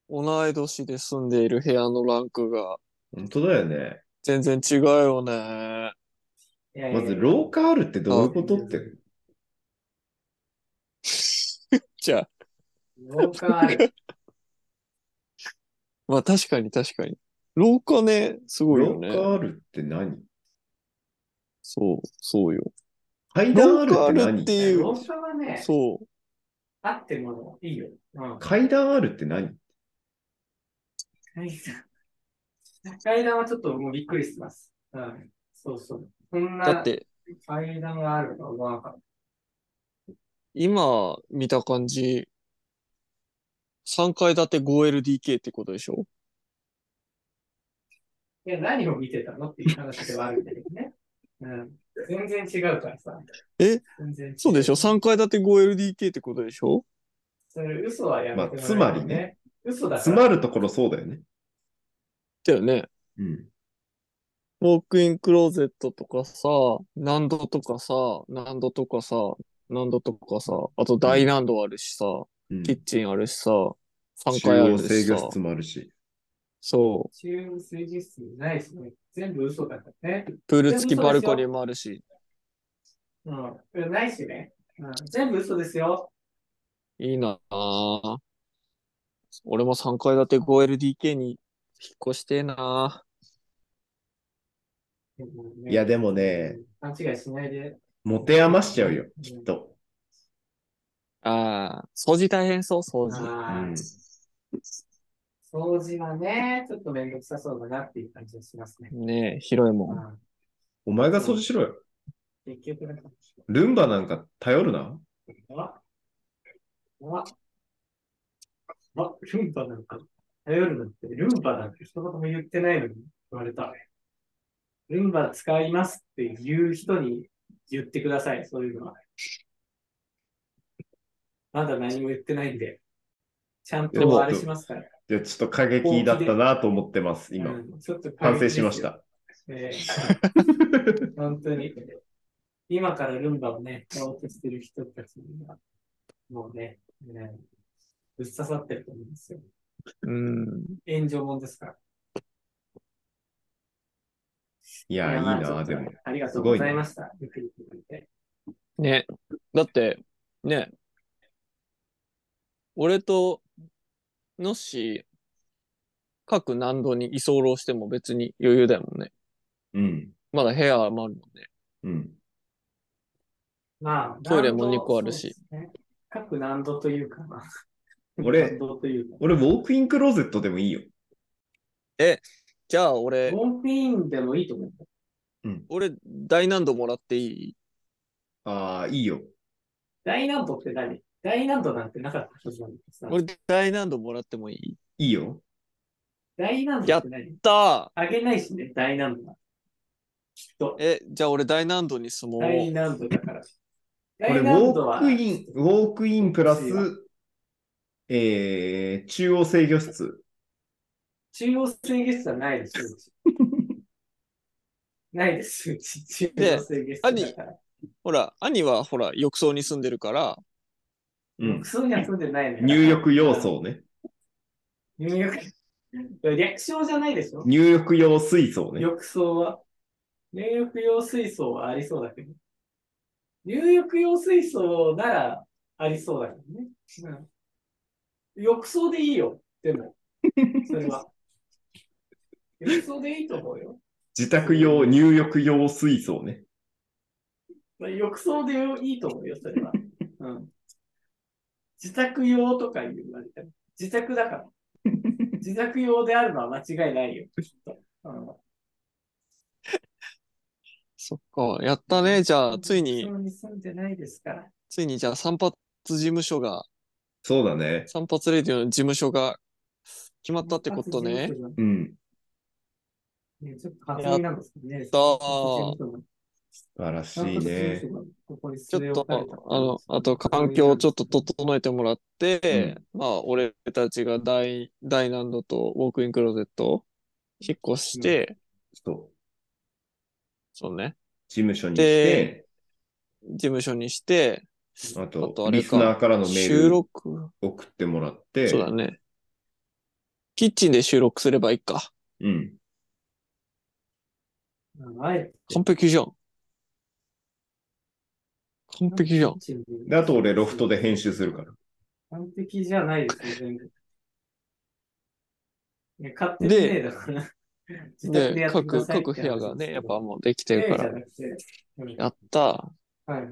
[SPEAKER 2] 同い年で住んでいる部屋のランクが
[SPEAKER 1] すね。本当だよね。
[SPEAKER 2] 全然違うよね。
[SPEAKER 1] まず、廊下あるってどういうことって。
[SPEAKER 2] じゃあ、
[SPEAKER 3] 廊下ある。
[SPEAKER 2] まあ確かに確かに。廊下ね、すごいよ
[SPEAKER 1] 廊
[SPEAKER 2] ね。
[SPEAKER 1] 下あるって何
[SPEAKER 2] そう、そうよ。
[SPEAKER 1] 階段あ
[SPEAKER 2] 廊
[SPEAKER 1] る
[SPEAKER 2] 下あ
[SPEAKER 1] って
[SPEAKER 2] るっ
[SPEAKER 1] 何
[SPEAKER 2] ていう、
[SPEAKER 3] 廊下はね、
[SPEAKER 2] そう。
[SPEAKER 3] あってもいいよ。うん。
[SPEAKER 1] 階段あるって何
[SPEAKER 3] 階段。階段はちょっともうびっくりしてます。うん。そうそう。こん
[SPEAKER 2] だ
[SPEAKER 3] な
[SPEAKER 2] って、
[SPEAKER 3] 階段があるとは思わなかった。
[SPEAKER 2] 今見た感じ、3階建て 5LDK ってことでしょ
[SPEAKER 3] いや、何を見てたのっていう話ではあるんだけどね。うん。全然違うからさ。
[SPEAKER 2] え
[SPEAKER 3] 全然違
[SPEAKER 2] そうでしょ ?3 階建て 5LDK ってことでしょ
[SPEAKER 3] それ嘘はやめてもらえる
[SPEAKER 1] まあつまりね。
[SPEAKER 3] 嘘だか
[SPEAKER 1] 詰ま
[SPEAKER 3] ら。
[SPEAKER 1] るところそうだよね。
[SPEAKER 2] だよね。
[SPEAKER 1] うん。
[SPEAKER 2] ウォークインクローゼットとかさ、難度とかさ、難度とかさ、難度とかさ、あと大難度あるしさ、
[SPEAKER 1] うん、
[SPEAKER 2] キッチンあるしさ、3
[SPEAKER 1] 中
[SPEAKER 2] 階あ
[SPEAKER 1] 央
[SPEAKER 2] るし
[SPEAKER 1] 制御
[SPEAKER 2] さ、
[SPEAKER 1] 室もあるし。
[SPEAKER 2] そ
[SPEAKER 3] 中央水実室ないですね。全部嘘だからね。
[SPEAKER 2] う、プール付きバルコニーもあるし、
[SPEAKER 3] うん。ないしね。うん。全部嘘ですよ。
[SPEAKER 2] いいなぁ。俺も3階建て 5LDK に引っ越してえな
[SPEAKER 3] でもね
[SPEAKER 1] いや、でもね、
[SPEAKER 3] 勘違いしないで。
[SPEAKER 1] 持て余しちゃうよ、きっと。
[SPEAKER 2] ぁ。ああ、掃除大変そう、掃除。
[SPEAKER 1] う
[SPEAKER 3] あ
[SPEAKER 1] ん
[SPEAKER 3] あ、掃除はね、ちょっとめんどくさそうだなっていう感じがしますね。
[SPEAKER 2] ねえ、広いうもん。
[SPEAKER 3] ん。
[SPEAKER 1] お前が掃除しろよ。
[SPEAKER 3] 結局なんか、
[SPEAKER 1] ルンバなんか頼るな。
[SPEAKER 3] あああ、ルンバなんか、頼るのって、ルンバなんて一言も言ってないのに言われた。ルンバ使いますっていう人に言ってください、そういうのは。まだ何も言ってないんで、ちゃん
[SPEAKER 1] で
[SPEAKER 3] と
[SPEAKER 1] も
[SPEAKER 3] あれしますから。
[SPEAKER 1] いや、ちょっと過激だったなと思ってます、今
[SPEAKER 3] う。んちょっと
[SPEAKER 1] 反省しました。
[SPEAKER 3] え
[SPEAKER 1] *laughs*
[SPEAKER 3] え本当に。今からルンバをね、買おうとしてる人たちには、もうね、ええぶっ刺さってると思うんですよ。
[SPEAKER 2] うん。
[SPEAKER 3] 炎上もんですから。
[SPEAKER 1] いや、いい
[SPEAKER 3] まあちょ
[SPEAKER 1] な、
[SPEAKER 3] っと
[SPEAKER 1] でも。
[SPEAKER 3] ありがとうございました。ゆっくり聞いて。
[SPEAKER 2] ね。だって、ね。俺と、のっしー、各難度に居候しても別に余裕だよもんね。
[SPEAKER 1] うん。
[SPEAKER 2] まだ部屋もあるもんね。
[SPEAKER 1] うん。
[SPEAKER 3] まあ、
[SPEAKER 2] トイレも
[SPEAKER 3] 難度
[SPEAKER 2] 二個あるし。
[SPEAKER 3] そうですね各難度というかな。
[SPEAKER 1] 俺
[SPEAKER 3] 難度というか。
[SPEAKER 1] 俺、ウォークインクローゼットでもいいよ。
[SPEAKER 2] じゃあ俺、
[SPEAKER 3] モンピーンでもいいと思う。
[SPEAKER 2] 俺、大難度もらっていい
[SPEAKER 1] ああ、いいよ。
[SPEAKER 3] 大難度って何大難度なんてなかったはずなんです
[SPEAKER 2] 俺、大難度もらってもいい
[SPEAKER 1] いいよ。
[SPEAKER 3] 大難度って何
[SPEAKER 2] だ
[SPEAKER 3] あげないしね、大難度は。きっと。
[SPEAKER 2] え、じゃあ俺、大難度に住も
[SPEAKER 3] 大
[SPEAKER 2] う。
[SPEAKER 3] 難度だから。
[SPEAKER 1] これ、
[SPEAKER 3] 大
[SPEAKER 1] ウ
[SPEAKER 3] 難
[SPEAKER 1] ォ
[SPEAKER 3] 度は
[SPEAKER 1] ークイン、ウォークインプラス
[SPEAKER 3] 欲しいわ、
[SPEAKER 1] えー、中央制御室。
[SPEAKER 3] 中央制御室はないです。うち *laughs* ないです。うち中央制御室だから。
[SPEAKER 2] ほら、兄はほら、浴槽に住んでるから、
[SPEAKER 1] うん
[SPEAKER 3] ク。ソには住んでないのよ
[SPEAKER 1] 入浴要。素ね。
[SPEAKER 3] 入浴。略称じゃないでしょ
[SPEAKER 1] 入浴用水槽ね。
[SPEAKER 3] 浴槽は。入浴用水槽はありそうだけど。入浴用水槽ならありそうだけどね。うん、浴槽でいいよ。でも、それ
[SPEAKER 1] *laughs*
[SPEAKER 3] は。浴槽でいいと思うよ。
[SPEAKER 1] 自宅用、入浴用水槽ね。
[SPEAKER 3] まあ、浴槽でいいと思うよ、
[SPEAKER 1] *laughs*
[SPEAKER 3] それは。うん、自宅用とか言われても自宅だ
[SPEAKER 1] *laughs*
[SPEAKER 3] から。自宅用であるのは間違いないよ、きっと。うん
[SPEAKER 2] そっか、やったね。じゃあ、つい
[SPEAKER 3] そ
[SPEAKER 2] に、
[SPEAKER 3] う住んでないですから。
[SPEAKER 2] ついにじゃあ、散髪事務所が、
[SPEAKER 1] そうだね。
[SPEAKER 2] 散髪レディオの事務所が決まったってことね。。
[SPEAKER 1] うん。
[SPEAKER 3] ね、ちょっと活気なんですけどね。
[SPEAKER 2] たー
[SPEAKER 3] 事務所が
[SPEAKER 1] 素晴らし
[SPEAKER 3] なん
[SPEAKER 1] い
[SPEAKER 3] と事務
[SPEAKER 1] ね。
[SPEAKER 3] 所がこここに
[SPEAKER 2] ち
[SPEAKER 3] 据え
[SPEAKER 2] ょっ
[SPEAKER 3] 置
[SPEAKER 2] と
[SPEAKER 3] かれた、
[SPEAKER 2] あの、あと環境をちょっと整えてもらって、まあ、俺たちが大、大難度とウォークインクローゼットを引っ越して、
[SPEAKER 1] そう。
[SPEAKER 2] そうね、
[SPEAKER 1] 事務所にして、
[SPEAKER 2] 事務所にして、
[SPEAKER 1] あ
[SPEAKER 2] あと
[SPEAKER 1] と
[SPEAKER 2] あ、れ
[SPEAKER 1] リ
[SPEAKER 2] か
[SPEAKER 1] スナーからのメー
[SPEAKER 2] 収
[SPEAKER 1] ル
[SPEAKER 2] 録、
[SPEAKER 1] 送ってもらって、
[SPEAKER 2] そうだね。キッチンで収録すればいいか。
[SPEAKER 1] うん。
[SPEAKER 3] はい。
[SPEAKER 2] 完璧じゃん。完璧じゃん。
[SPEAKER 1] で、あと俺ロフトで編集するから。
[SPEAKER 3] 完璧じゃないですね、全部。いや勝手にね、だから。自宅
[SPEAKER 2] で、
[SPEAKER 3] やってくだ
[SPEAKER 2] 各、
[SPEAKER 3] さいって
[SPEAKER 2] 各部屋がね、やっぱもうできて
[SPEAKER 3] 話
[SPEAKER 2] る
[SPEAKER 3] ですけど、部屋
[SPEAKER 2] か
[SPEAKER 3] じゃ
[SPEAKER 2] ら。
[SPEAKER 3] なくてうん
[SPEAKER 2] やった。
[SPEAKER 3] はいはい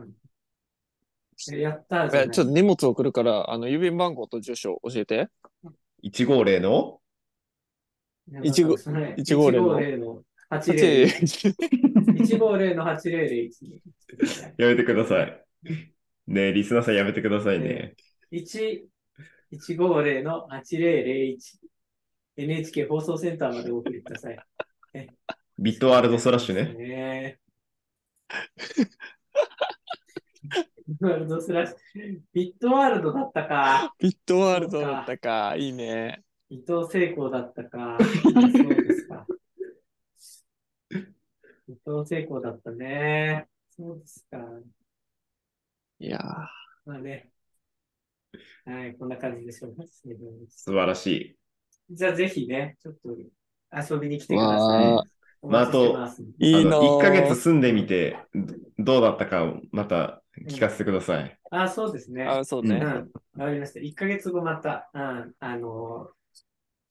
[SPEAKER 3] えやったーじゃ
[SPEAKER 2] え、
[SPEAKER 3] ない
[SPEAKER 2] ちょっと荷物送るから、あの、郵便番号と住所教えて。
[SPEAKER 1] 150の
[SPEAKER 3] なん
[SPEAKER 2] いちご
[SPEAKER 3] かそれ
[SPEAKER 2] 150の
[SPEAKER 3] 150の
[SPEAKER 2] ち *laughs*
[SPEAKER 3] 800150の8001
[SPEAKER 1] やめてください。ねえリスナーさんやめてくださいね。
[SPEAKER 3] 1 150の8001 NHK 放送センターまでお送りください。
[SPEAKER 1] ビットワールドスラッシュね。
[SPEAKER 3] ねビットワールドスラッシュ。ビットワールドだっ
[SPEAKER 1] *laughs*
[SPEAKER 3] たか、
[SPEAKER 2] ビットワールドだったか。いいね。
[SPEAKER 3] 伊藤聖子だったか、そうですか。伊藤聖子だったね。そうですか。
[SPEAKER 2] いや
[SPEAKER 3] まあね。はい、こんな感じでしょうか。
[SPEAKER 1] 素晴らしい。
[SPEAKER 3] じゃあぜひね、ちょっと遊びに来て
[SPEAKER 2] ー。
[SPEAKER 3] ください。
[SPEAKER 2] わあ、
[SPEAKER 3] お待ちしてます。
[SPEAKER 1] あ
[SPEAKER 2] いいな
[SPEAKER 1] の1ヶ月
[SPEAKER 2] ー。
[SPEAKER 1] 住んでみて、どどうだったかをまた聞かせてください。
[SPEAKER 3] あ、そうですね。
[SPEAKER 2] あ、そう
[SPEAKER 3] う
[SPEAKER 2] ね
[SPEAKER 3] ん。。わかりました。1ヶ月後また、うん、あのー、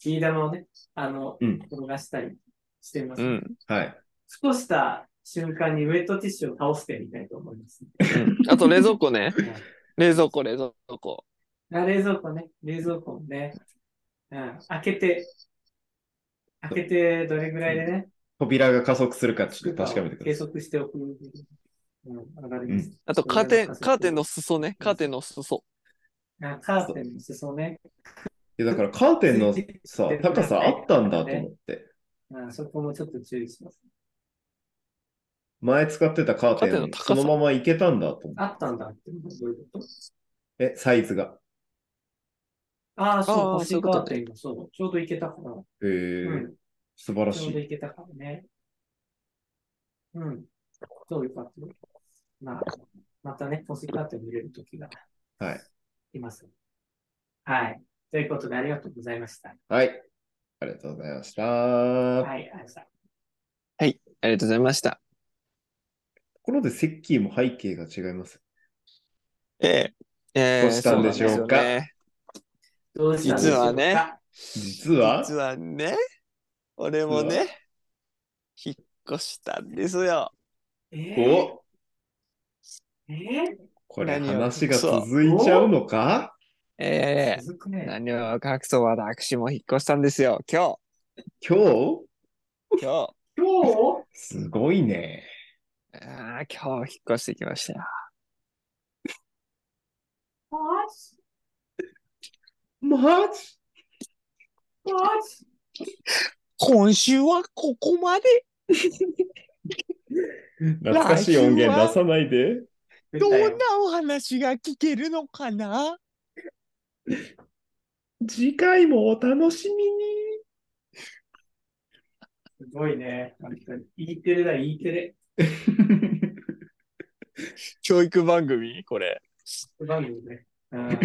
[SPEAKER 3] ビー玉をね、あの、
[SPEAKER 1] うん
[SPEAKER 3] 転がしたりしてみます。
[SPEAKER 2] うん。
[SPEAKER 1] はい。
[SPEAKER 3] ふとした瞬間にウェットティッシュを倒してみたいと思います。
[SPEAKER 2] あと、冷蔵庫ね *laughs*
[SPEAKER 3] ん。
[SPEAKER 2] 冷蔵庫、冷蔵庫。
[SPEAKER 3] あ冷蔵庫ね、冷蔵庫もね、うん、開けて、開けてどれぐらいでね、
[SPEAKER 1] 扉が加速するかちょっと確かめてく
[SPEAKER 3] 計
[SPEAKER 1] ださい。
[SPEAKER 3] 測しておく。うん、わかりました。
[SPEAKER 2] あと、カーテン、カーテンの裾ね。カーテンの裾。
[SPEAKER 3] あカーテンの裾ね、
[SPEAKER 1] いやだからカーテンのさ、高さあったんだと思って。
[SPEAKER 3] うん、そこもちょっと注意します。
[SPEAKER 1] 前使ってたカー
[SPEAKER 2] カーテン
[SPEAKER 1] テ
[SPEAKER 2] の
[SPEAKER 1] ン、
[SPEAKER 2] 高さ
[SPEAKER 1] そのままいけたんだと思って。
[SPEAKER 3] あったんだって、どういうこと
[SPEAKER 1] え、サイズが。
[SPEAKER 3] ああ、そう、
[SPEAKER 2] ああ
[SPEAKER 3] 腰
[SPEAKER 2] そういうこ
[SPEAKER 3] カ
[SPEAKER 2] と
[SPEAKER 3] ーテンの、そう、ちょうどいけたから。
[SPEAKER 1] へえ、
[SPEAKER 3] うん、
[SPEAKER 1] 素晴ら
[SPEAKER 3] ち
[SPEAKER 1] し
[SPEAKER 3] ょうど
[SPEAKER 1] い。
[SPEAKER 3] いけたからね。うん、そういう感じ。まあ、またね、腰カーテン見れる時が
[SPEAKER 1] はい。
[SPEAKER 3] います。はい。ということで、ありがとうございました。
[SPEAKER 1] はい。ありがとうございました。
[SPEAKER 3] はい、ありがとうございました。
[SPEAKER 2] ありがとうございました。
[SPEAKER 1] ところで、セッキーも背景が違います。
[SPEAKER 2] ええ。ええ、
[SPEAKER 1] どうしたんでしょうか
[SPEAKER 2] そなんです
[SPEAKER 3] ど
[SPEAKER 2] よね
[SPEAKER 3] うしたんでしょうか
[SPEAKER 2] 実はね
[SPEAKER 1] 実は、
[SPEAKER 2] 実はね、俺もね、引っ越したんですよ。
[SPEAKER 3] えー、
[SPEAKER 1] お
[SPEAKER 3] え
[SPEAKER 1] これ
[SPEAKER 2] 何を
[SPEAKER 1] 話が続いちゃうのか
[SPEAKER 2] ええ
[SPEAKER 3] ー、。続くね。
[SPEAKER 2] 何を隠そう私も引っ越したんですよ。今
[SPEAKER 1] 今日
[SPEAKER 2] 日、今日、
[SPEAKER 3] 今日
[SPEAKER 1] すごいね。
[SPEAKER 2] あー今日引っ越してきましたよ。
[SPEAKER 3] マ
[SPEAKER 1] マジ
[SPEAKER 3] ジマジ
[SPEAKER 2] 今週はここまで
[SPEAKER 1] 懐かしい音源出さないで。
[SPEAKER 2] どんなお話が聞けるのかな
[SPEAKER 1] 次回もお楽しみに。
[SPEAKER 3] すごいね。本当に E テレだ、E テレ。
[SPEAKER 2] 教育番組これ。
[SPEAKER 3] 番組ね。うん
[SPEAKER 1] *laughs*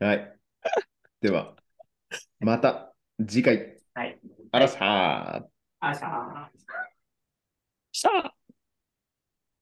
[SPEAKER 1] はい。では、また次回。
[SPEAKER 3] はい。
[SPEAKER 1] あらさー。
[SPEAKER 3] あさー。
[SPEAKER 2] さあ